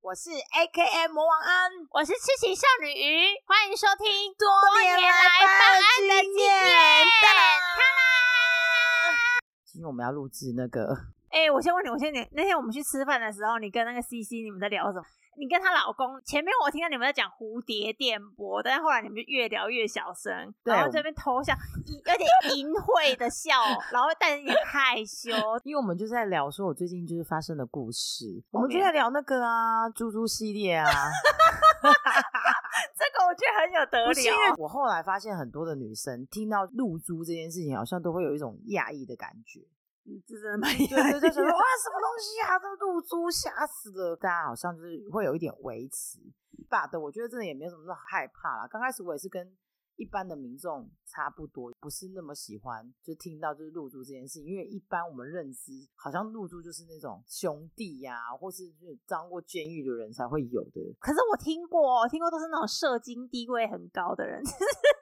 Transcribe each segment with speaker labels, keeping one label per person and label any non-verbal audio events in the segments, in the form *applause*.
Speaker 1: 我是哎 A K M 魔王安，
Speaker 2: 我是痴情少女鱼，欢迎收听
Speaker 1: 多
Speaker 2: 年来办案的经验。
Speaker 1: 今天我们要录制那个，哎、我先问你，我先你那 *laughs* 天我们去吃饭的时候，你跟那个 C C 你们在聊什么？你跟她老公前面我听到你们在讲蝴蝶电波，但是后来你们就越聊越小声，
Speaker 2: 对
Speaker 1: 然后
Speaker 2: 我
Speaker 1: 这边偷笑，一有点淫秽的笑，然后带着一点害羞，
Speaker 2: 因为我们就在聊说我最近就是发生的故事，我
Speaker 1: 后面
Speaker 2: 们就在聊那个啊，猪猪系列 *laughs* 啊，
Speaker 1: *laughs* 这个我觉得很有得
Speaker 2: 不是因为
Speaker 1: 聊。
Speaker 2: 哦我后来发现很多的女生听到露珠这件事情，好像都会有一种讶异的感觉，
Speaker 1: 嗯这真的蛮
Speaker 2: 对对 *laughs* 对，就说
Speaker 1: 有
Speaker 2: 哇
Speaker 1: 趣的
Speaker 2: 什么东西啊，这露珠吓死了，大家好像就是会有一点维持吧的，我觉得真的也没有什么那么害怕啦，刚开始我也是跟。一般的民众差不多不是那么喜欢，就听到就是露珠这件事情，因为一般我们认知好像露珠就是那种兄弟呀、或是就是当过监狱的人才会有的
Speaker 1: 可是我听过，哦我听过都是那种社经地位很高的
Speaker 2: *laughs*
Speaker 1: 人， *laughs*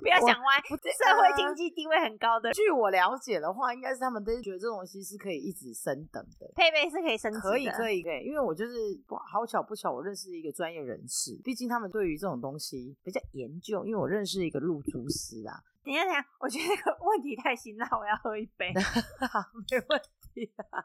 Speaker 1: 不要想歪，
Speaker 2: 不对
Speaker 1: 社会
Speaker 2: 呃
Speaker 1: 经济地位很高的
Speaker 2: 据我了解的话，应该是他们都觉得这种东西是可以一直升等的。
Speaker 1: 配备是可以升级的，
Speaker 2: 可以，可以，可以，因为我就是哇好巧不巧，我认识一个专业人士，毕竟他们对于这种东西比较研究。因为我认识一个露珠师啊，
Speaker 1: 等一下，等一下，我觉得这个问题太辛辣，我要喝一
Speaker 2: *laughs*
Speaker 1: 杯，
Speaker 2: 没问题。
Speaker 1: 啊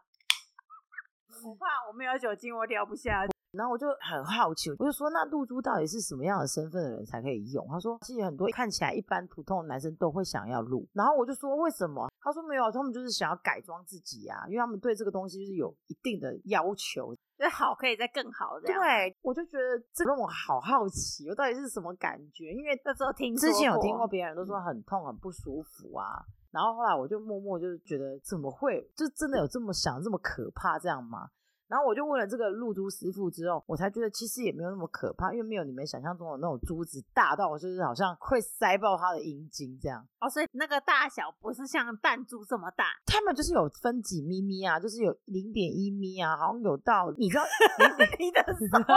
Speaker 1: 我怕我没有酒精，我聊不下去。
Speaker 2: 然后我就很好奇，我就说那露珠到底是什么样的身份的人才可以用？他说，其实很多看起来一般普通的男生都会想要露。然后我就说为什么？他说没有，他们就是想要改装自己啊，因为他们对这个东西就是有一定的要求，
Speaker 1: 就好，可以再更好这样。，
Speaker 2: 对，我就觉得这让我好好奇，我到底是什么感觉？因为
Speaker 1: 那时候听
Speaker 2: 之前有
Speaker 1: 说嗯
Speaker 2: 听过，别人都说很痛、很不舒服啊。然后后来我就默默就是觉得怎么会，就真的有这么想这么可怕这样吗？然后我就问了这个露珠师傅之后，我才觉得其实也没有那么可怕，因为没有你们想象中的那种珠子大到就是好像会塞爆他的阴茎这样。
Speaker 1: 哦，所以那个大小不是像弹珠这么大，
Speaker 2: 他们就是有分几咪咪啊，就是有零点一咪啊，好像
Speaker 1: *laughs*
Speaker 2: 有到你知道
Speaker 1: 你
Speaker 2: *laughs*
Speaker 1: 的手，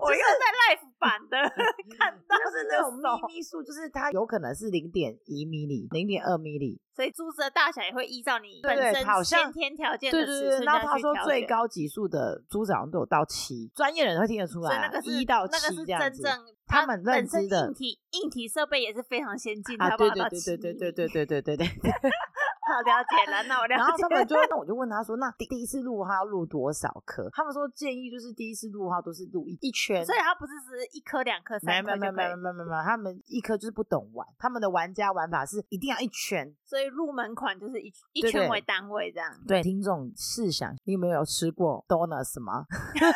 Speaker 1: 我又
Speaker 2: 就是
Speaker 1: 在 live 版的
Speaker 2: *laughs*
Speaker 1: *laughs* 看到
Speaker 2: 就是
Speaker 1: 那
Speaker 2: 嗯
Speaker 1: 个
Speaker 2: 那种
Speaker 1: 手
Speaker 2: 咪咪数，就是它有可能是零点一米米、零点二米米。
Speaker 1: 所以珠子的大小也会依照你本
Speaker 2: 对
Speaker 1: 身
Speaker 2: 好像
Speaker 1: 先天条件
Speaker 2: 对
Speaker 1: 的
Speaker 2: 对
Speaker 1: 尺寸
Speaker 2: 对，然后
Speaker 1: 下
Speaker 2: 他
Speaker 1: 去
Speaker 2: 说
Speaker 1: 挑
Speaker 2: 最
Speaker 1: 选，
Speaker 2: 高级数的猪仔好像都有到七，专业人会听得出
Speaker 1: 所以
Speaker 2: 来
Speaker 1: 那
Speaker 2: 啊
Speaker 1: 个，是
Speaker 2: 一到
Speaker 1: 那个
Speaker 2: 七
Speaker 1: 是
Speaker 2: 这样
Speaker 1: 真
Speaker 2: 子。啊
Speaker 1: 正
Speaker 2: 他
Speaker 1: 它
Speaker 2: 们认
Speaker 1: 本身
Speaker 2: 知的
Speaker 1: 硬体硬体设备也是非常先进的，
Speaker 2: 啊，
Speaker 1: 它帮
Speaker 2: 对
Speaker 1: 它到
Speaker 2: 对对
Speaker 1: 七
Speaker 2: 对对对对对对
Speaker 1: *laughs*
Speaker 2: 对对。
Speaker 1: 好了解了，那我了
Speaker 2: 然后
Speaker 1: 解
Speaker 2: 他
Speaker 1: 了
Speaker 2: 们就，那我就问他说，那第第一次录他要录多少颗？他们说建议就是第一次录的话都是录一一圈，
Speaker 1: 所以它不是只是一颗、两颗、
Speaker 2: 没
Speaker 1: 三
Speaker 2: 有没有
Speaker 1: 颗就
Speaker 2: 没有没
Speaker 1: 可以
Speaker 2: 有，没有没有没有，他们一颗就是不懂玩，他们的玩家玩法是一定要一圈，
Speaker 1: 所以入门款就是以一
Speaker 2: 对
Speaker 1: 圈
Speaker 2: 对
Speaker 1: 为单位这样。
Speaker 2: 对，听众试想，你们有吃过 donuts 吗？ *laughs*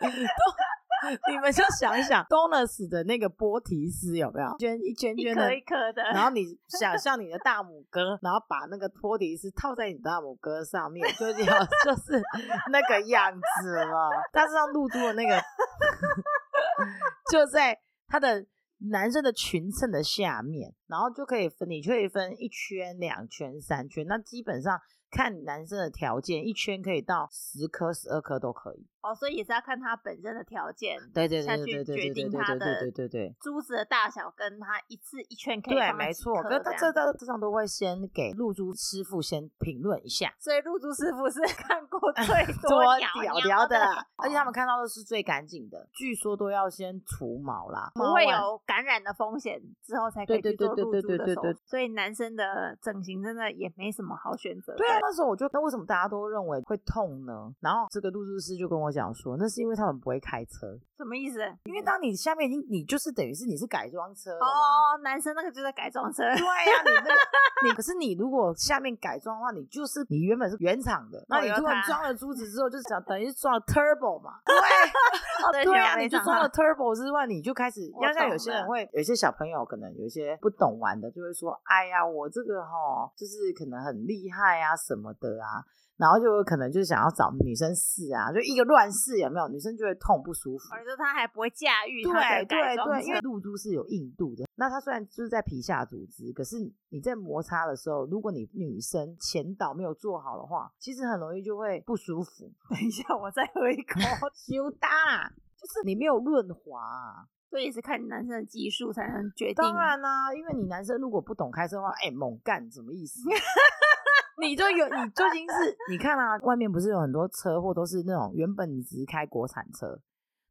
Speaker 2: 都你 *laughs* 们就想一想 donuts 的那个波提斯有没有圈一圈
Speaker 1: 一
Speaker 2: 圈
Speaker 1: 颗
Speaker 2: 的
Speaker 1: 一？颗 *laughs* 的，
Speaker 2: 然后你想象你的大拇哥，然后把那个波提斯套在你的大拇哥上面，
Speaker 1: *laughs*
Speaker 2: 就要就是那个样子了。但是上露珠的那个就在他的男生的裙衬的下面，然后就可以分，你可以分一圈、两圈、三圈。那基本上看你男生的条件，一圈可以到十颗、十二颗都可以。
Speaker 1: 哦，所以也是要看它本身的条件。
Speaker 2: 对对
Speaker 1: 下
Speaker 2: 对
Speaker 1: 去
Speaker 2: 对对
Speaker 1: 决
Speaker 2: 对对对
Speaker 1: 定
Speaker 2: 对
Speaker 1: 它
Speaker 2: 对
Speaker 1: 的
Speaker 2: 对对对。
Speaker 1: 珠子的大小跟它一次一圈可以
Speaker 2: 对，
Speaker 1: 放
Speaker 2: 没
Speaker 1: 在几
Speaker 2: 错。
Speaker 1: 颗
Speaker 2: 可是他
Speaker 1: 样
Speaker 2: 这到这上都会先给露珠师傅先评论一下，
Speaker 1: 所以露珠师傅
Speaker 2: *laughs*
Speaker 1: 是看过 *laughs* 最
Speaker 2: 多
Speaker 1: 鸟
Speaker 2: 屌哎屌
Speaker 1: 的，
Speaker 2: 而且他们看到的是最干净的，据说都要先除毛啦，
Speaker 1: 不会哦
Speaker 2: 猫啊。
Speaker 1: 有感染的风险，之后才可以
Speaker 2: 对
Speaker 1: 去
Speaker 2: 对
Speaker 1: 做
Speaker 2: 对
Speaker 1: 入
Speaker 2: 对
Speaker 1: 住
Speaker 2: 对
Speaker 1: 的
Speaker 2: 对
Speaker 1: 手
Speaker 2: 对
Speaker 1: 术。所以男生的整形真的也没什么好选择的。
Speaker 2: 对啊，那时候我就那为什么大家都认为会痛呢？然后这个露珠师就跟我讲说，那是因为他们不会开车，
Speaker 1: 什么意思？
Speaker 2: 因为当你下面已经你就是等于是你是改装车了嘛。
Speaker 1: 哦，男生那个就在改装车，
Speaker 2: 对呀、你那个你可是你如果下面改装的话，你就是你原本是原厂的，
Speaker 1: 哦
Speaker 2: 那你突然
Speaker 1: Toyota
Speaker 2: 装了珠子之后，就是想等于是装了 turbo 嘛，
Speaker 1: 哦对
Speaker 2: 对
Speaker 1: 选
Speaker 2: 啊，
Speaker 1: 非
Speaker 2: 你就
Speaker 1: 常
Speaker 2: 装
Speaker 1: 好
Speaker 2: 了 turbo 之外，你就开始
Speaker 1: *laughs* 我，
Speaker 2: 要像有
Speaker 1: 懂
Speaker 2: 些
Speaker 1: 了
Speaker 2: 人会，有些小朋友可能有一些不懂玩的，就会说，哎呀，我这个哈，就是可能很厉害啊什么的啊，然后就有可能就想要找女生试啊，就一个乱试有没有？女生就会痛不舒服。
Speaker 1: 而且他还不会驾驭
Speaker 2: 对
Speaker 1: 他的改
Speaker 2: 对
Speaker 1: 装
Speaker 2: 对，
Speaker 1: 车
Speaker 2: 因为露珠是有硬度的，那它虽然就是在皮下组织，可是你在摩擦的时候，如果你女生前导没有做好的话，其实很容易就会不舒服。 *laughs* 哦
Speaker 1: 等一下我再喝一口，
Speaker 2: 羞答啦，就是你没有润滑、啊。
Speaker 1: 所以也是看你男生的技术才能决定。啊 *laughs*
Speaker 2: 当然啦、因为你男生如果不懂开车的话，哎、猛干什么意思？你就有你就已经是，你看啊，外面不是有很多车祸都是那种原本你只是开国产车，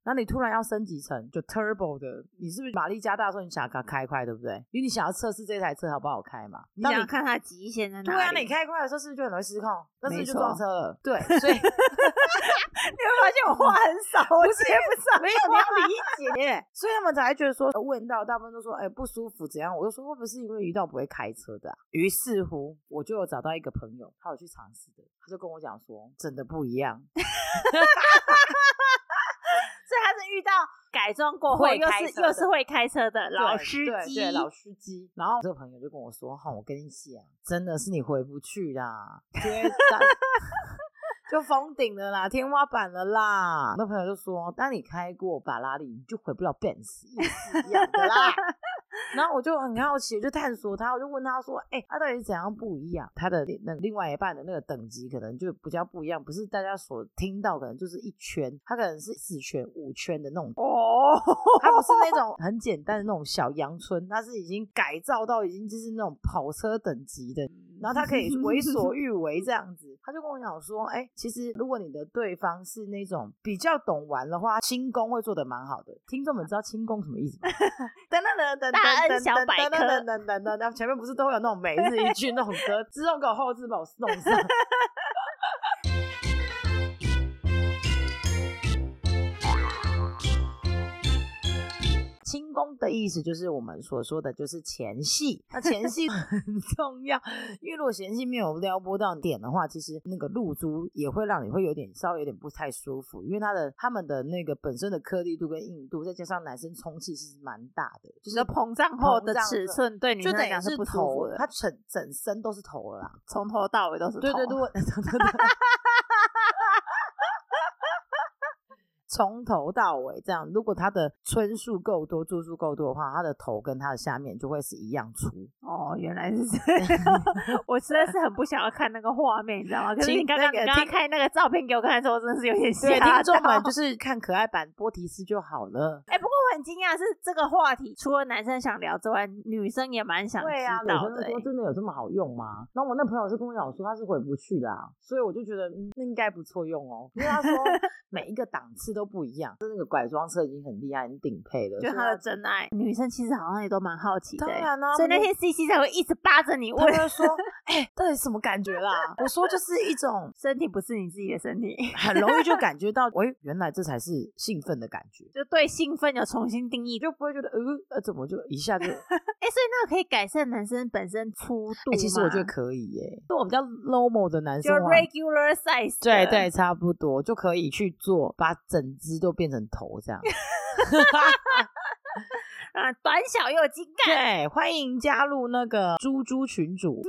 Speaker 2: 然后你突然要升级成就 turbo 的，你是不是马力加大的时候你想要给它开快，对不对？因为你想要测试这台车好不好开嘛。
Speaker 1: 你
Speaker 2: 当
Speaker 1: 想看它极限在哪
Speaker 2: 对
Speaker 1: 里？
Speaker 2: 啊，你开快的时候是不是就很容易失控？那是不是就
Speaker 1: 没错
Speaker 2: 撞车了？
Speaker 1: *laughs*
Speaker 2: 对， *laughs* 所以
Speaker 1: 你会发现我话很少，我接不上，
Speaker 2: 没有你要理解，所以他们才会觉得说呃问到大部分都说哎、不舒服怎样，我就说会不会是因为遇到不会开车的、啊？于是乎我就有找到一个朋友，他有去尝试的，他就跟我讲说真的不一样，
Speaker 1: 所以他是遇到改装过后
Speaker 2: 会
Speaker 1: 又
Speaker 2: 开
Speaker 1: 是
Speaker 2: 车的
Speaker 1: 又是会开车的老
Speaker 2: 对
Speaker 1: 司
Speaker 2: 对
Speaker 1: 机
Speaker 2: 对，老司机。然后这个朋友就跟我说：“哈、我跟你讲，真的是你回不去啦，因为
Speaker 1: *laughs*
Speaker 2: 大就封顶了啦，天花板了啦。”那朋友就说：“当你开过法拉利，你就回不了 Benz，意思一样的啦。”然后我就很好奇，我就探索他，我就问他说：“哎、他到底是怎样不一样？他的那个另外一半的那个等级可能就比较不一样，不是大家所听到，可能就是一圈，他可能是四圈、五圈的那种
Speaker 1: *laughs* 哦，
Speaker 2: 它不是那种很简单的那种小阳春，它是已经改造到已经就是那种跑车等级的，然后它可以为所欲为这样子。他就跟我讲说，哎、其实如果你的对方是那种比较懂玩的话，轻功会做的蛮好的。听众们知道轻功什么意思吗？ *laughs* 噔噔噔噔噔噔噔噔噔噔噔噔
Speaker 1: 大恩小百科
Speaker 2: 噔噔噔噔，前面不是都会有那种每日一句那种
Speaker 1: *laughs*
Speaker 2: 歌，自动给我后置把我送上。 *laughs* 轻功的意思就是我们所说的就是前戏，那前戏很重要，因为如果前戏没有撩拨到点的话，其实那个露珠也会让你会有点稍微有点不太舒服，因为它的他们的那个本身的颗粒度跟硬度，再加上男生充气其实蛮大的，
Speaker 1: 就
Speaker 2: 就
Speaker 1: 是是膨胀后的
Speaker 2: 嗯膨胀
Speaker 1: 尺
Speaker 2: 的
Speaker 1: 寸对女
Speaker 2: 就
Speaker 1: 生
Speaker 2: 等
Speaker 1: 来
Speaker 2: 于
Speaker 1: 讲
Speaker 2: 是
Speaker 1: 不舒
Speaker 2: 头
Speaker 1: 服，的，
Speaker 2: 它整整身都是头了啦。啊
Speaker 1: 从头到尾都是
Speaker 2: 对对
Speaker 1: 头
Speaker 2: 对，我 *laughs* 从头到尾这样。如果它的春数够多，株数够多的话，它的头跟它的下面就会是一样粗。
Speaker 1: 哦，原来是 *laughs* 这样，我实在是很不想要看那个画面，你知道吗？可是
Speaker 2: 请
Speaker 1: 你刚刚
Speaker 2: 那个
Speaker 1: 你刚刚
Speaker 2: 听
Speaker 1: 看那个照片给我看的时候，我真的是有点
Speaker 2: 对，啊
Speaker 1: 吓到。
Speaker 2: 听众们
Speaker 1: *laughs*
Speaker 2: 就是看可爱版波提斯就好了。
Speaker 1: 哎、不过我很惊讶，是这个话题除了男生想聊之外，女生也蛮想
Speaker 2: 对啊，
Speaker 1: 知
Speaker 2: 女
Speaker 1: 道
Speaker 2: 生
Speaker 1: 的、
Speaker 2: 就
Speaker 1: 欸
Speaker 2: 说真的有这么好用吗？然后我那朋友是跟我讲说他是回不去啦，所以我就觉得嗯，那应该不错用哦，因
Speaker 1: *laughs*
Speaker 2: 为他说每一个档次都不一样，那个拐装车已经很厉害，很顶配了，
Speaker 1: 就
Speaker 2: 所以
Speaker 1: 他的真爱，啊女生其实好像也都蛮好奇的、
Speaker 2: 当
Speaker 1: 欸
Speaker 2: 然啦
Speaker 1: 所以那
Speaker 2: 我
Speaker 1: 天 C C 才会一直扒着你
Speaker 2: 他
Speaker 1: 问，
Speaker 2: 就说：“哎、到底什么感觉啦？”我说：“就是一
Speaker 1: *laughs*
Speaker 2: 种
Speaker 1: 身体不是你自己的身体， *laughs*
Speaker 2: 很容易就感觉到，喂，原来这才是兴奋的感觉，
Speaker 1: 就对兴奋有重新定义。
Speaker 2: 你就不会觉得，呃，呃怎么就一下
Speaker 1: *laughs* 哎、
Speaker 2: 就……
Speaker 1: 所以那个可以改善男生本身粗度、
Speaker 2: 哎其实我觉得可以耶、对我比较 normal 的男
Speaker 1: 就
Speaker 2: 生啊，
Speaker 1: regular size，
Speaker 2: 对
Speaker 1: 的
Speaker 2: 对，差不多就可以去做，把整只都变成头 *laughs* 这样。
Speaker 1: 啊，短小又有精干。
Speaker 2: 对，欢迎加入那个猪猪群 *laughs* 主。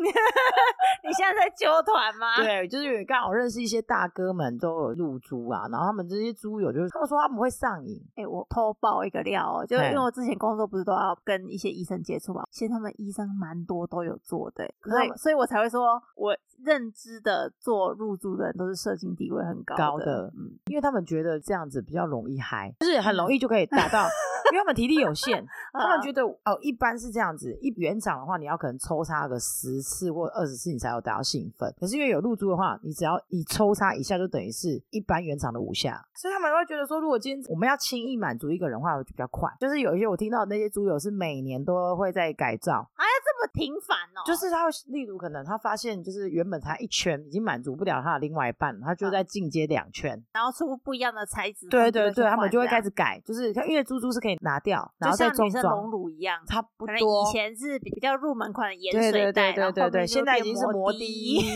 Speaker 1: 你现在在揪团吗？
Speaker 2: 对，就是刚好认识一些大哥们都有入猪啊，然后他们这些猪友就是他们说他们会上瘾，
Speaker 1: 哎、我偷爆一个料哦，就
Speaker 2: 嘿
Speaker 1: 因为我之前工作不是都要跟一些医生接触嘛，其实他们医生蛮多都有做的、
Speaker 2: 可是
Speaker 1: 所
Speaker 2: 他
Speaker 1: 以
Speaker 2: 们
Speaker 1: 所以我才会说，我认知的做入住的人都是社经地位很高
Speaker 2: 高
Speaker 1: 的
Speaker 2: 的，嗯
Speaker 1: 嗯，
Speaker 2: 因为他们觉得这样子比较容易嗨，就是很容易就可以达到， *laughs* 因为他们体力有限，他们觉得哦，一般是这样子，一原厂的话，你要可能抽插个十次或二十次，你才有达到兴奋。可是因为有露珠的话，你只要你抽插一下，就等于是一般原厂的五下，所以他们会觉得说，如果今天我们要轻易满足一个人的话，就比较快。就是有一些我听到的那些猪友是每年都会在改造，
Speaker 1: 这么频繁哦，
Speaker 2: 就是他会，例如可能他发现就是原本他一圈已经满足不了他的另外一半了，他就在进阶两圈。
Speaker 1: 然后出不一样的材质，
Speaker 2: 嗯对对对，他们就会开
Speaker 1: 始，
Speaker 2: 始改，就是因为猪猪是可以拿掉，然
Speaker 1: 就
Speaker 2: 后再
Speaker 1: 像
Speaker 2: 重
Speaker 1: 女生
Speaker 2: 装
Speaker 1: 隆，乳一样。
Speaker 2: 差不
Speaker 1: 可能
Speaker 2: 多
Speaker 1: 以。前是比较入门款的盐
Speaker 2: 对
Speaker 1: 水
Speaker 2: 对
Speaker 1: 袋，
Speaker 2: 对
Speaker 1: 然后
Speaker 2: 对对
Speaker 1: 后面
Speaker 2: 对，
Speaker 1: 就
Speaker 2: 现在已
Speaker 1: 变
Speaker 2: 经是摩
Speaker 1: 摩
Speaker 2: 的，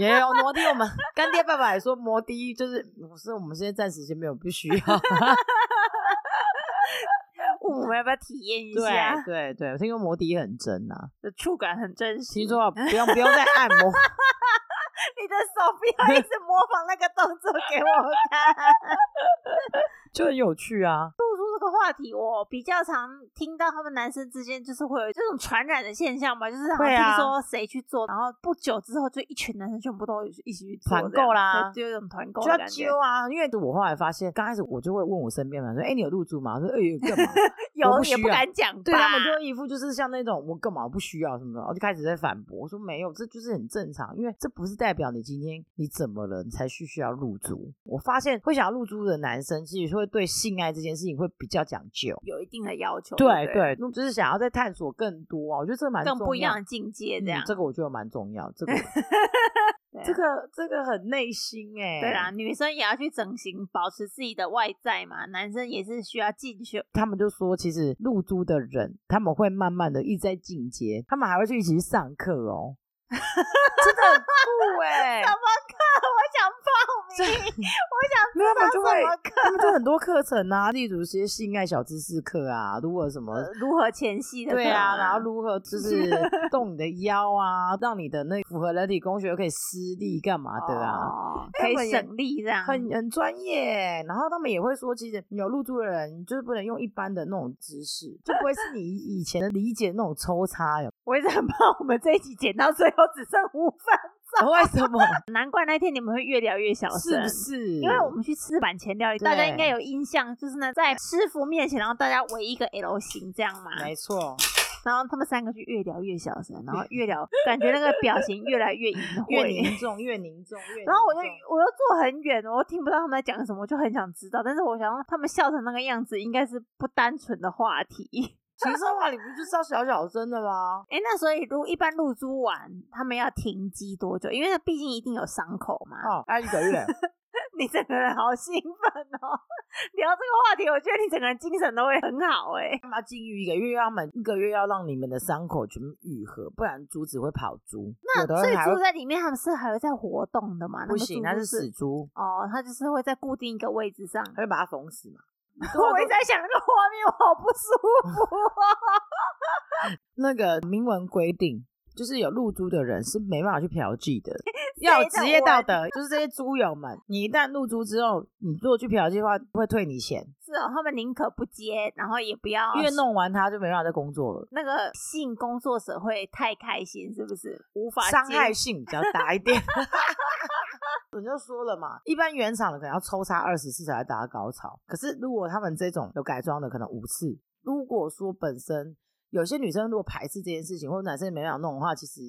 Speaker 2: 也有摩的。我们干爹爸爸也说摩的就是不是我们现在暂时先没有不需要。
Speaker 1: *laughs* 我们要不要体 *laughs* 验一
Speaker 2: 对
Speaker 1: 下？
Speaker 2: 对对，我听说摩的很真啊，
Speaker 1: 这触感很真实。
Speaker 2: 听说不用不用再按摩，
Speaker 1: 你的手不要一直 *laughs* 模仿那个动作给我看。 *laughs*
Speaker 2: 就很有趣啊。
Speaker 1: 露珠这个个话题我比较常听到他们男生之间就是会有这种传染的现象吧，就是好
Speaker 2: 会
Speaker 1: 像
Speaker 2: 啊
Speaker 1: 听说谁去做，然后不久之后就一群男生全部都一起去做
Speaker 2: 团
Speaker 1: 这样
Speaker 2: 购啦
Speaker 1: 对就有一种团购
Speaker 2: 就
Speaker 1: 的
Speaker 2: 要
Speaker 1: 感觉。
Speaker 2: 揪啊，因为我后来发现，刚开始我就会问我身边的人说：“哎、你有入住吗？”我说：“哎、干嘛？”
Speaker 1: *laughs* 有
Speaker 2: 我不
Speaker 1: 也
Speaker 2: 需
Speaker 1: 不
Speaker 2: 要
Speaker 1: 敢讲吧，
Speaker 2: 对他们就一副就是像那种我干嘛我不需要什么的，然后就开始在反驳。我说没有，这就是很正常，因为这不是代表你今天你怎么了，你才需需要入租。我发现会想要入租的男生，其实会对性爱这件事情会比较讲究。
Speaker 1: 有一定的要求，对
Speaker 2: 对
Speaker 1: 不对，
Speaker 2: 对，那就是想要再探索更多啊，我觉得这个蛮
Speaker 1: 更
Speaker 2: 重
Speaker 1: 不一
Speaker 2: 要
Speaker 1: 样的境界这样
Speaker 2: 嗯。这个我觉得蛮重要，
Speaker 1: *laughs*
Speaker 2: 这个
Speaker 1: 对啊啊
Speaker 2: 这个这个很内心哎、
Speaker 1: 对啦，，女生也要去整形，保持自己的外在嘛。男生也是需要进修， *laughs*
Speaker 2: 他们就说，其实入租的人他们会慢慢的一直在进阶，他们还会去一起去上课
Speaker 1: *laughs*
Speaker 2: 哦，真的很酷哎、
Speaker 1: 我想报名，
Speaker 2: 没有，他们就
Speaker 1: 上
Speaker 2: 会
Speaker 1: 什么，
Speaker 2: 他们就很多课程啊，例如一些性爱小知识课啊，如何什么。
Speaker 1: 呃如何前戏的
Speaker 2: 对
Speaker 1: 课
Speaker 2: 啊，然后如何就是动你的腰啊，让你的那符合人体工学又可以施力干嘛的啊，
Speaker 1: 哦
Speaker 2: 哎
Speaker 1: 可
Speaker 2: 我
Speaker 1: 以
Speaker 2: 也
Speaker 1: 省力这样，
Speaker 2: 很很专业。然后他们也会说，其实有入住的人就是不能用一般的那种姿势，就不会是你以前的理解那种抽插有
Speaker 1: 我一直很怕我们这一集剪到最后只剩五分，
Speaker 2: 哦为什
Speaker 1: *laughs*
Speaker 2: 么？
Speaker 1: 难怪那天你们会越聊越小
Speaker 2: 是
Speaker 1: 声
Speaker 2: 不。是？
Speaker 1: 因为我们去吃板前料理，大家应该有印象，就是呢，在师傅面前，然后大家围一个 L 型这样嘛，
Speaker 2: 没错，
Speaker 1: 然后他们三个就越聊越小声，然后越聊，感觉那个表情越来越隐晦，
Speaker 2: 越
Speaker 1: *laughs*
Speaker 2: 凝重越凝重越凝重。
Speaker 1: 然后我就我又坐很远，我又听不到他们在讲什么，我就很想知道。但是我想说他们笑成那个样子，应该是不单纯的话题。 *laughs*
Speaker 2: 情商话，你不就是要小小声的吗？
Speaker 1: 哎，那所以如果一般入租完，他们要停机多久？因为毕竟一定有伤口嘛。
Speaker 2: 哦，哎，一个
Speaker 1: *laughs*
Speaker 2: 月。
Speaker 1: 你整个人好兴奋哦！ *laughs* 聊这个话题，我觉得你整个人精神都会很好哎、
Speaker 2: 干嘛禁欲一个月？要么一个月要让你们的伤口全部愈合，不然猪只会跑猪。有的
Speaker 1: 所以
Speaker 2: 人还
Speaker 1: 住
Speaker 2: 会
Speaker 1: 在里面，他们是还会在活动的嘛？那
Speaker 2: 不
Speaker 1: 个
Speaker 2: 行，
Speaker 1: 猪
Speaker 2: 它
Speaker 1: 就是
Speaker 2: 死猪，
Speaker 1: 哦，他就是会在固定一个位置
Speaker 2: *laughs*
Speaker 1: 上。
Speaker 2: 它会把它缝死
Speaker 1: *laughs*
Speaker 2: 嘛。啊
Speaker 1: 我一直在想那个画面，我好不舒服 *laughs* 哦。
Speaker 2: 那个明文规定。就是有入猪的人是没办法去嫖
Speaker 1: *laughs*
Speaker 2: 妓的，要有
Speaker 1: 在
Speaker 2: 职业道
Speaker 1: 玩
Speaker 2: 德。就是这些猪友们，你一旦入猪之后，你如果去嫖妓的话，会退你钱，
Speaker 1: 是哦，他们宁可不接，然后也不要
Speaker 2: 因为弄完它就没办法再工作了，
Speaker 1: 那个性工作者会太开心，是不是无法
Speaker 2: 伤
Speaker 1: 接
Speaker 2: 害性比较大一点。 *laughs* 我就说了嘛，一般原厂的可能要抽插二十次才会达到高潮，可是如果他们这种有改装的，可能五次。如果说本身有些女生如果排斥这件事情，或者男生没办法弄的话，其实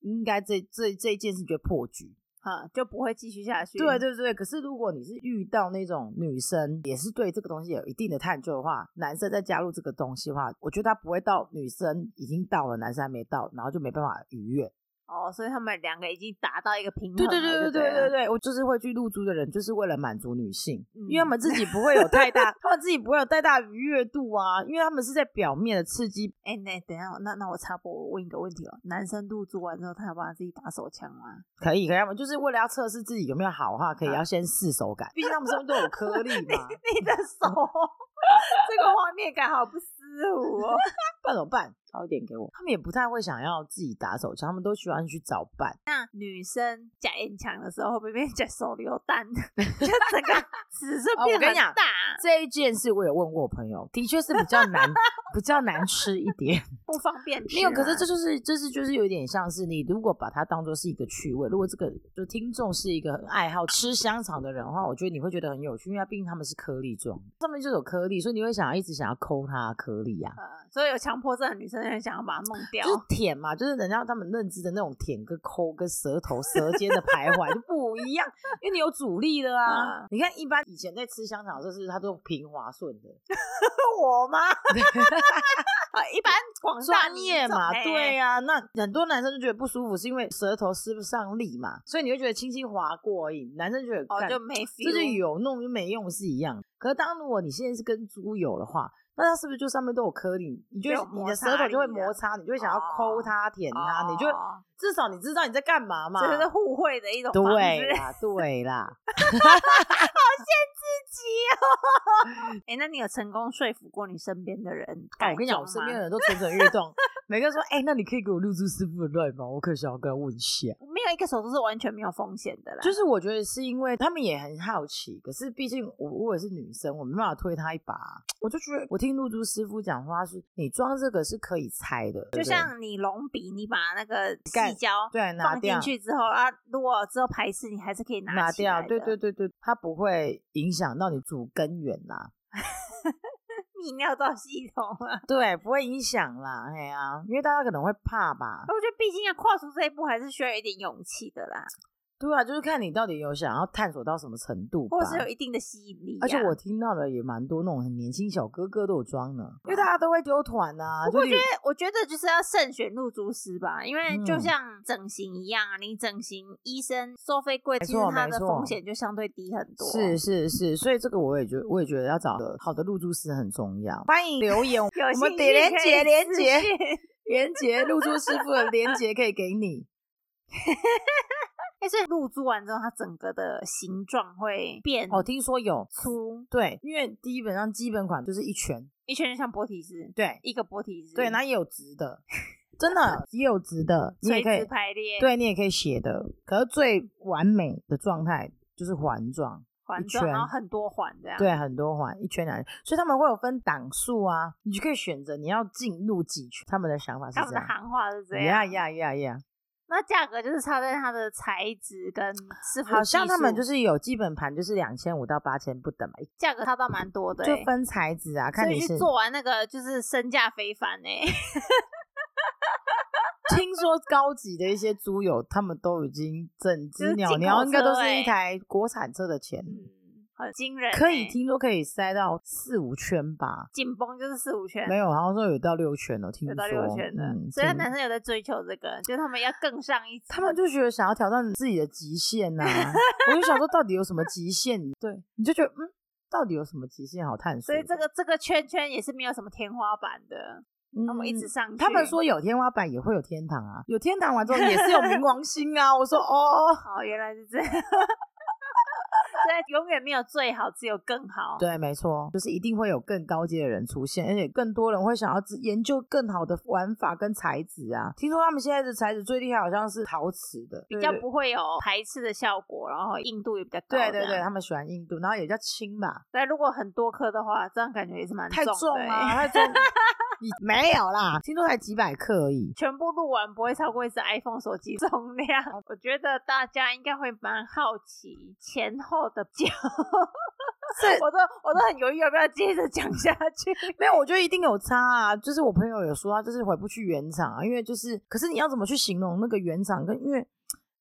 Speaker 2: 应该这这这一件事就会破局。
Speaker 1: 啊，就不会继续下去？
Speaker 2: 对，对对，可是如果你是遇到那种女生也是对这个东西有一定的探究的话，男生再加入这个东西的话，我觉得他不会到女生已经到了，男生还没到，然后就没办法逾越。
Speaker 1: 哦，所以他们两个已经达到一个平衡
Speaker 2: 对
Speaker 1: 了，
Speaker 2: 对
Speaker 1: 对
Speaker 2: 对对对
Speaker 1: 了
Speaker 2: 对，对，我就是会去露珠的人，就是为了满足女性，
Speaker 1: 嗯
Speaker 2: 因为他们自己不会有太大，他们自己不会有太大愉悦度啊，因为他们是在表面的刺激。
Speaker 1: 哎，那等一下，那那我插播，我问一个问题哦，男生入住完之后，他有帮他自己打手枪吗？
Speaker 2: 可以，可以，他们就是为了要测试自己有没有好的话，可以要先试手感，啊毕竟他们身上都有颗粒 *laughs*
Speaker 1: *laughs*
Speaker 2: 嘛，
Speaker 1: 你 *laughs* 的手，这个画面感好不 *laughs* 舒服哦。
Speaker 2: 不然怎么办？找一点给我，他们也不太会想要自己打手枪，他们都喜欢去找伴。
Speaker 1: 那女生假硬强的时候，会不会变成手榴弹？ *laughs* 就整个尺寸
Speaker 2: 哦
Speaker 1: 变
Speaker 2: 我跟
Speaker 1: 很
Speaker 2: 你讲
Speaker 1: 大。
Speaker 2: 这一件事我也问过我朋友，的确是比较难，比较难吃一点。
Speaker 1: 不方便吃
Speaker 2: 没有，可是
Speaker 1: 啊
Speaker 2: 这就是这是就是有点像是你如果把它当做是一个趣味，如果这个就听众是一个很爱好吃香肠的人的话，我觉得你会觉得很有趣，因为它毕竟他们是颗粒状，上面就有颗粒，所以你会想要一直想要抠它的颗粒啊，
Speaker 1: 呃，所以有强迫症的女生很想要把它弄掉 *laughs*
Speaker 2: 就。是舔嘛，就是人家他们认知的那种舔跟抠跟舌头舌尖的徘徊就不一样，因为你有阻力的
Speaker 1: 嗯
Speaker 2: 啊。你看一般以前在吃香肠的时候，就是它都平滑顺的，
Speaker 1: 我吗？ *laughs* 啊，一般广大
Speaker 2: 专
Speaker 1: 民
Speaker 2: 业
Speaker 1: 众
Speaker 2: 嘛，
Speaker 1: 哎
Speaker 2: 对呀、那很多男生就觉得不舒服，是因为舌头施不上力嘛，所以你会觉得轻轻划过而已。男生觉得
Speaker 1: 哦
Speaker 2: 干
Speaker 1: 就没 feel，
Speaker 2: 这就有弄就没用是一样。可是当如果你现在是跟猪油的话，那它是不是就上面都有颗粒？你就
Speaker 1: 就有
Speaker 2: 会你
Speaker 1: 摩
Speaker 2: 的
Speaker 1: 擦
Speaker 2: 舌头就会
Speaker 1: 力
Speaker 2: 摩
Speaker 1: 啊
Speaker 2: 擦，你就会想要抠
Speaker 1: 哦
Speaker 2: 它、舔它，你就会
Speaker 1: 哦
Speaker 2: 至少你知道你在干嘛嘛。
Speaker 1: 这就是互惠的一 *laughs* 种方
Speaker 2: 对
Speaker 1: 式。
Speaker 2: 啦，
Speaker 1: *laughs*
Speaker 2: 对啦，
Speaker 1: 哎、那你有成功说服过你身边的人？
Speaker 2: 哦我跟你讲，我身边的人都蠢蠢欲动，每个人说，哎、那你可以给我露珠师傅的 line 吗？我可想要跟他问一下。
Speaker 1: 没有一个手术是完全没有风险的啦。
Speaker 2: 就是我觉得是因为他们也很好奇，可是毕竟我我也是女生，我没办法推他一把啊。我就觉得我听露珠师傅讲话是，你装这个是可以拆的，对
Speaker 1: 就
Speaker 2: 不对
Speaker 1: 像你隆鼻，你把那个
Speaker 2: 盖
Speaker 1: 细胶
Speaker 2: 对拿
Speaker 1: 放
Speaker 2: 掉
Speaker 1: 进去之后啊，如果之后排斥，你还是可以
Speaker 2: 拿
Speaker 1: 起来
Speaker 2: 掉，
Speaker 1: 的
Speaker 2: 对对，对对，它不会影响到你主根源
Speaker 1: *laughs*
Speaker 2: 啦，
Speaker 1: 泌尿道系统啊。 *laughs*
Speaker 2: 对，不会影响啦，哎呀、因为大家可能会怕
Speaker 1: *laughs*
Speaker 2: 吧，
Speaker 1: 我觉得毕竟要跨出这一步，还是需要有一点勇气的啦，
Speaker 2: 对啊，就是看你到底有想要探索到什么程度吧，
Speaker 1: 或者是有一定的吸引力、啊。
Speaker 2: 而且我听到了也蛮多那种很年轻小哥哥都有装呢，因为大家都会丢团呐，就
Speaker 1: 我觉
Speaker 2: 是
Speaker 1: 得，我觉得就是要慎选入住师吧，因为就
Speaker 2: 嗯
Speaker 1: 像整形一样啊，你整形医生收费贵，其实
Speaker 2: 错
Speaker 1: 它
Speaker 2: 没
Speaker 1: 的
Speaker 2: 错
Speaker 1: 风险就相对低很多。啊
Speaker 2: 是是是，所以这个我也觉我也觉得要找个好的入住师很重要。欢迎留言，我
Speaker 1: 有兴
Speaker 2: 们
Speaker 1: 趣
Speaker 2: 点连
Speaker 1: 可以
Speaker 2: 结连
Speaker 1: 私
Speaker 2: 结
Speaker 1: 讯
Speaker 2: *laughs*
Speaker 1: *laughs*
Speaker 2: 连结入住师傅的连结可以给 *laughs* 你。
Speaker 1: 哎，所以入住完之后，它整个的形状会变
Speaker 2: 哦，听说有
Speaker 1: 粗，
Speaker 2: 对，因为基本上基本款就是一拳，
Speaker 1: 一圈就像波提斯，
Speaker 2: 对
Speaker 1: 一个波提斯，
Speaker 2: 对，那也有直 *laughs* 的，真的也有直的，你
Speaker 1: 垂
Speaker 2: 也可以
Speaker 1: 直，排列，
Speaker 2: 对你也可以斜的，可是最完美的状态就是环状。
Speaker 1: 环
Speaker 2: 一
Speaker 1: 状，然后
Speaker 2: 圈
Speaker 1: 很多环这样。
Speaker 2: 对，很多环一圈两圈，所以他们会有分档数啊，你就可以选择你要进入几圈。他们的想法是
Speaker 1: 他们
Speaker 2: 这
Speaker 1: 的
Speaker 2: 样，
Speaker 1: 行啊话是这
Speaker 2: 呀
Speaker 1: 样，
Speaker 2: 呀呀呀，
Speaker 1: 那价格就是差在它的材质跟师傅
Speaker 2: 好像他们就是是有基本盘，就是两千五到八千不等嘛，
Speaker 1: 价格差到蛮多的、欸，
Speaker 2: 就分材质啊，看
Speaker 1: 所
Speaker 2: 你
Speaker 1: 以
Speaker 2: 是
Speaker 1: 去。做完那个就是身价非凡
Speaker 2: *laughs*
Speaker 1: 哎、
Speaker 2: 听说高级的一些猪友，他们都已经整
Speaker 1: 就
Speaker 2: 只
Speaker 1: 是
Speaker 2: 鸟
Speaker 1: 进
Speaker 2: 鸟，
Speaker 1: 口
Speaker 2: 应该都
Speaker 1: 车
Speaker 2: 是一
Speaker 1: 欸
Speaker 2: 台国产车的钱，
Speaker 1: 嗯，很惊人欸、
Speaker 2: 可以听说可以塞到四五圈吧。
Speaker 1: 紧绷就是四五圈，
Speaker 2: 没有，好像说有到六圈哦，听说
Speaker 1: 有到六圈的，
Speaker 2: 嗯，
Speaker 1: 所以
Speaker 2: 听
Speaker 1: 男生有在追求这个，就是他们要更上一层，
Speaker 2: 他们就觉得想要挑战自己的极限呐、我就想说，到底有什么极限？对，你就觉得嗯，到底有什么极限好探索
Speaker 1: 所
Speaker 2: 的？
Speaker 1: 以这个这个圈圈也是没有什么天花板的，他们一直
Speaker 2: 嗯
Speaker 1: 上去。
Speaker 2: 他们说有天花板也会有天堂啊，有天堂完之后也是有冥王星啊。我
Speaker 1: *laughs*
Speaker 2: 说哦，
Speaker 1: 哦，原来是这样， *laughs* 所以永远没有最好，只有更好。
Speaker 2: 对，没错，就是一定会有更高阶的人出现，而且更多人会想要自研究更好的玩法跟材质啊。听说他们现在的材质最厉害好像是陶瓷的，
Speaker 1: 比较
Speaker 2: 对
Speaker 1: 不会有排斥的效果，然后硬度也比较高。
Speaker 2: 对对对，。他们喜欢硬度，然后也比较轻吧，
Speaker 1: 但如果很多颗的话，这样感觉也是蛮
Speaker 2: 太
Speaker 1: 重
Speaker 2: 重
Speaker 1: 的欸 *laughs*
Speaker 2: 啊，太重。 *laughs* 你没有啦，听说才几百克而已。
Speaker 1: 全部录完不会超过一只 iPhone 手机重量。
Speaker 2: 哦
Speaker 1: 我觉得大家应该会蛮好奇前后的脚，
Speaker 2: 这
Speaker 1: 我都我都很犹豫要不要接着讲下去。
Speaker 2: *laughs* 没有，我觉得一定有差啊。就是我朋友有说，他就是回不去原厂啊，因为就是，可是你要怎么去形容那个原厂？跟因为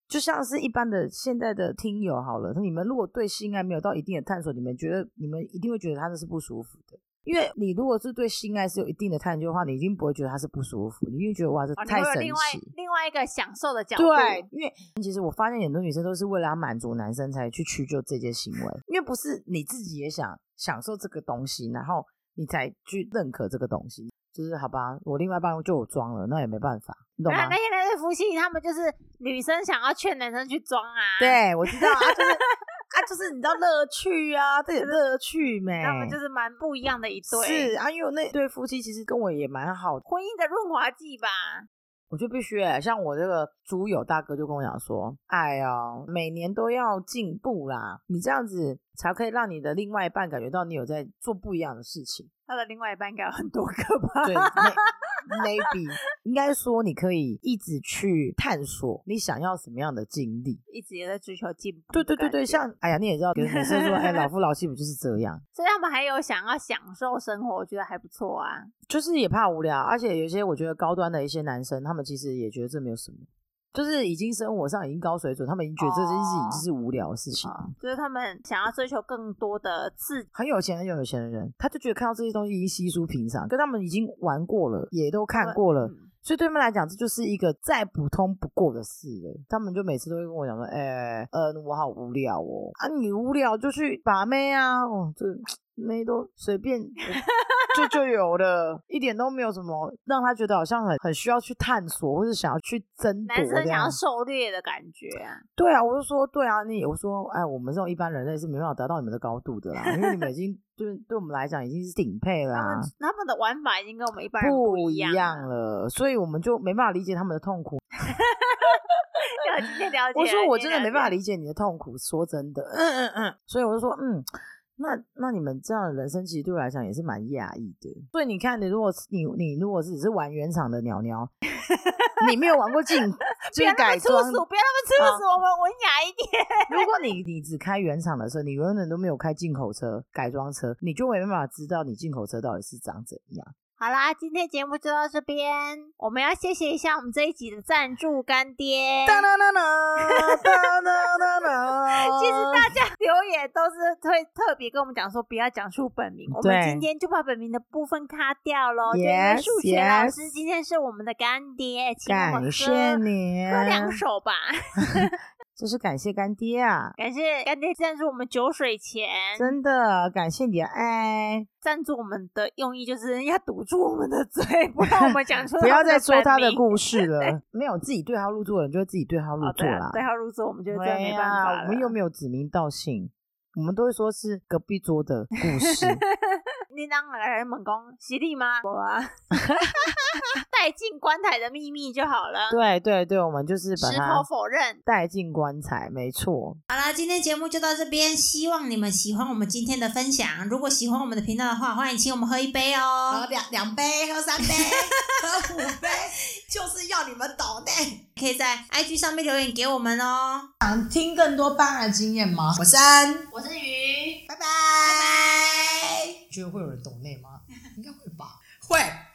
Speaker 2: 就像是一般的现在的听友好了，你们如果对性爱没有到一定的探索，你们觉得你们一定会觉得它是不舒服的。因为你如果是对性爱是有一定的探究的话，你一定不会觉得它是不舒服，你一定觉得哇，这
Speaker 1: 哦，你
Speaker 2: 太
Speaker 1: 会有
Speaker 2: 神
Speaker 1: 另外
Speaker 2: 奇。
Speaker 1: 另外一个享受的角度，
Speaker 2: 对，因为其实我发现很多女生都是为了要满足男生才去屈就这些行为，因为不是你自己也想享受这个东西，然后你才去认可这个东西，就是好吧，我另外一半就有装了，那也没办法，你懂
Speaker 1: 那
Speaker 2: 吗
Speaker 1: 啊那？些那对夫妻，他们就是女生想要劝男生去装啊，，
Speaker 2: 对，我知道啊，就是啊，就是你知道乐趣啊，这也乐趣没，
Speaker 1: 他们就是蛮不一样的一对，
Speaker 2: 是啊，因为我那对夫妻其实跟我也蛮好的，
Speaker 1: 婚姻的润滑剂吧。
Speaker 2: 我就必须、欸、像我这个猪友大哥就跟我讲说，哎呀，每年都要进步啦，你这样子才可以让你的另外一半感觉到你有在做不一样的事情。
Speaker 1: 他的另外一半应该有很多个吧？
Speaker 2: 对 may-，maybe 应该说你可以一直去探索你想要什么样的经历。
Speaker 1: 一直也在追求进步。
Speaker 2: 对对对对，。像哎呀，你也知道，有女生说，哎，老夫老妻不就是这样？
Speaker 1: 所以他们还有想要享受生活，我觉得还不错啊。
Speaker 2: 就是也怕无聊，而且有一些我觉得高端的一些男生，他们其实也觉得这没有什么，就是已经生活上已经高水准，他们已经觉得这件事情
Speaker 1: 哦
Speaker 2: 就是无聊的事情。
Speaker 1: 啊，就是他们想要追求更多的刺激，
Speaker 2: 很有钱很有钱的人，他就觉得看到这些东西已经稀疏平常，跟他们已经玩过了，也都看过了，
Speaker 1: 嗯
Speaker 2: 所以对他们来讲，这就是一个再普通不过的事了。他们就每次都会跟我讲说：“呃哎、嗯、我好无聊哦，啊，你无聊就去把妹啊，哦，这没多随便就就有了，一点都没有什么让他觉得好像很很需要去探索，或是想要去争夺
Speaker 1: 男生
Speaker 2: 这
Speaker 1: 想
Speaker 2: 样
Speaker 1: 要。狩猎的感觉啊，
Speaker 2: 对啊，我就说对啊，你我说哎，我们这种一般人类是没办法达到你们的高度的啦，因为你们已经对对我们来讲已经是顶配啦、
Speaker 1: 他们他们的玩法已经跟我们一般人
Speaker 2: 啊不
Speaker 1: 一
Speaker 2: 一
Speaker 1: 样
Speaker 2: 样
Speaker 1: 了。 *laughs*
Speaker 2: 了，所以我们就没办法理解他们的痛苦。
Speaker 1: 了今天了解了，
Speaker 2: 我说我真的没办法
Speaker 1: 理。
Speaker 2: 理解你的痛苦，说真的，嗯嗯嗯，所以我就说，嗯，那那你们这样的人生其实对我来讲也是蛮压抑的。所以你看，你如果是你你如果是只是玩原厂的
Speaker 1: *laughs*
Speaker 2: 鸟鸟，你没有玩过进就
Speaker 1: 不
Speaker 2: 是
Speaker 1: 要那
Speaker 2: 改
Speaker 1: 么粗
Speaker 2: 装
Speaker 1: 俗，不要那么粗俗，我们文雅一点。
Speaker 2: 如果你你只开原厂的车，你永远都没有开进口车、改装车，你就没办法知道你进口车到底是长怎样。
Speaker 1: 好啦，今天节目就到这边，我们要谢谢一下我们这一集的赞助干爹。
Speaker 2: 当当当当当当
Speaker 1: *laughs*
Speaker 2: 当，
Speaker 1: 其实大家留言都是会特别跟我们讲说不要讲出本名，我们
Speaker 2: 对
Speaker 1: 今天就把本名的部分卡掉喽。对，因为
Speaker 2: Yes，
Speaker 1: 数学老
Speaker 2: yes
Speaker 1: 师今天是我们的干爹，请我们
Speaker 2: 感谢
Speaker 1: 喝
Speaker 2: 你，
Speaker 1: 喝两手吧。
Speaker 2: 这是感谢干爹啊，
Speaker 1: 感谢干爹赞助我们酒水钱，
Speaker 2: 真的感谢你的
Speaker 1: *laughs*
Speaker 2: 爱，
Speaker 1: 赞助我们的用意就是要堵住我们的嘴， *laughs* 不让我们讲出
Speaker 2: 不要再说他
Speaker 1: 他
Speaker 2: 的故事了。没有自己对号入座的人，就会自己对号入
Speaker 1: 哦，
Speaker 2: 座
Speaker 1: 对
Speaker 2: 啦
Speaker 1: 啊，。对号入座，我们就真的没
Speaker 2: 对
Speaker 1: 办
Speaker 2: 啊
Speaker 1: 法
Speaker 2: 我们
Speaker 1: 了
Speaker 2: 又没有指名道姓，我们都会说是隔壁桌的故
Speaker 1: *laughs*
Speaker 2: 事。
Speaker 1: 你当
Speaker 2: 哎
Speaker 1: 然猛攻犀利吗？我啊， *laughs* 带进棺材的秘密就好了，
Speaker 2: 对对对，我们就是把
Speaker 1: 矢口
Speaker 2: 它
Speaker 1: 否认。
Speaker 2: 带进棺材，没错。
Speaker 1: 好啦，今天节目就到这边，希望你们喜欢我们今天的分享。如果喜欢我们的频道的话，欢迎请我们喝一杯
Speaker 3: 喝
Speaker 1: 哦。
Speaker 3: 两两杯，喝三杯，喝五杯，就是要你们
Speaker 2: *laughs*
Speaker 3: 懂的。
Speaker 1: 可以在 IG 上面留言给我们哦。
Speaker 3: 想听更多办案经验吗？我是安，
Speaker 1: 我是鱼，
Speaker 3: 拜拜。
Speaker 2: 觉得会有人懂内吗？
Speaker 3: 应该会吧？会。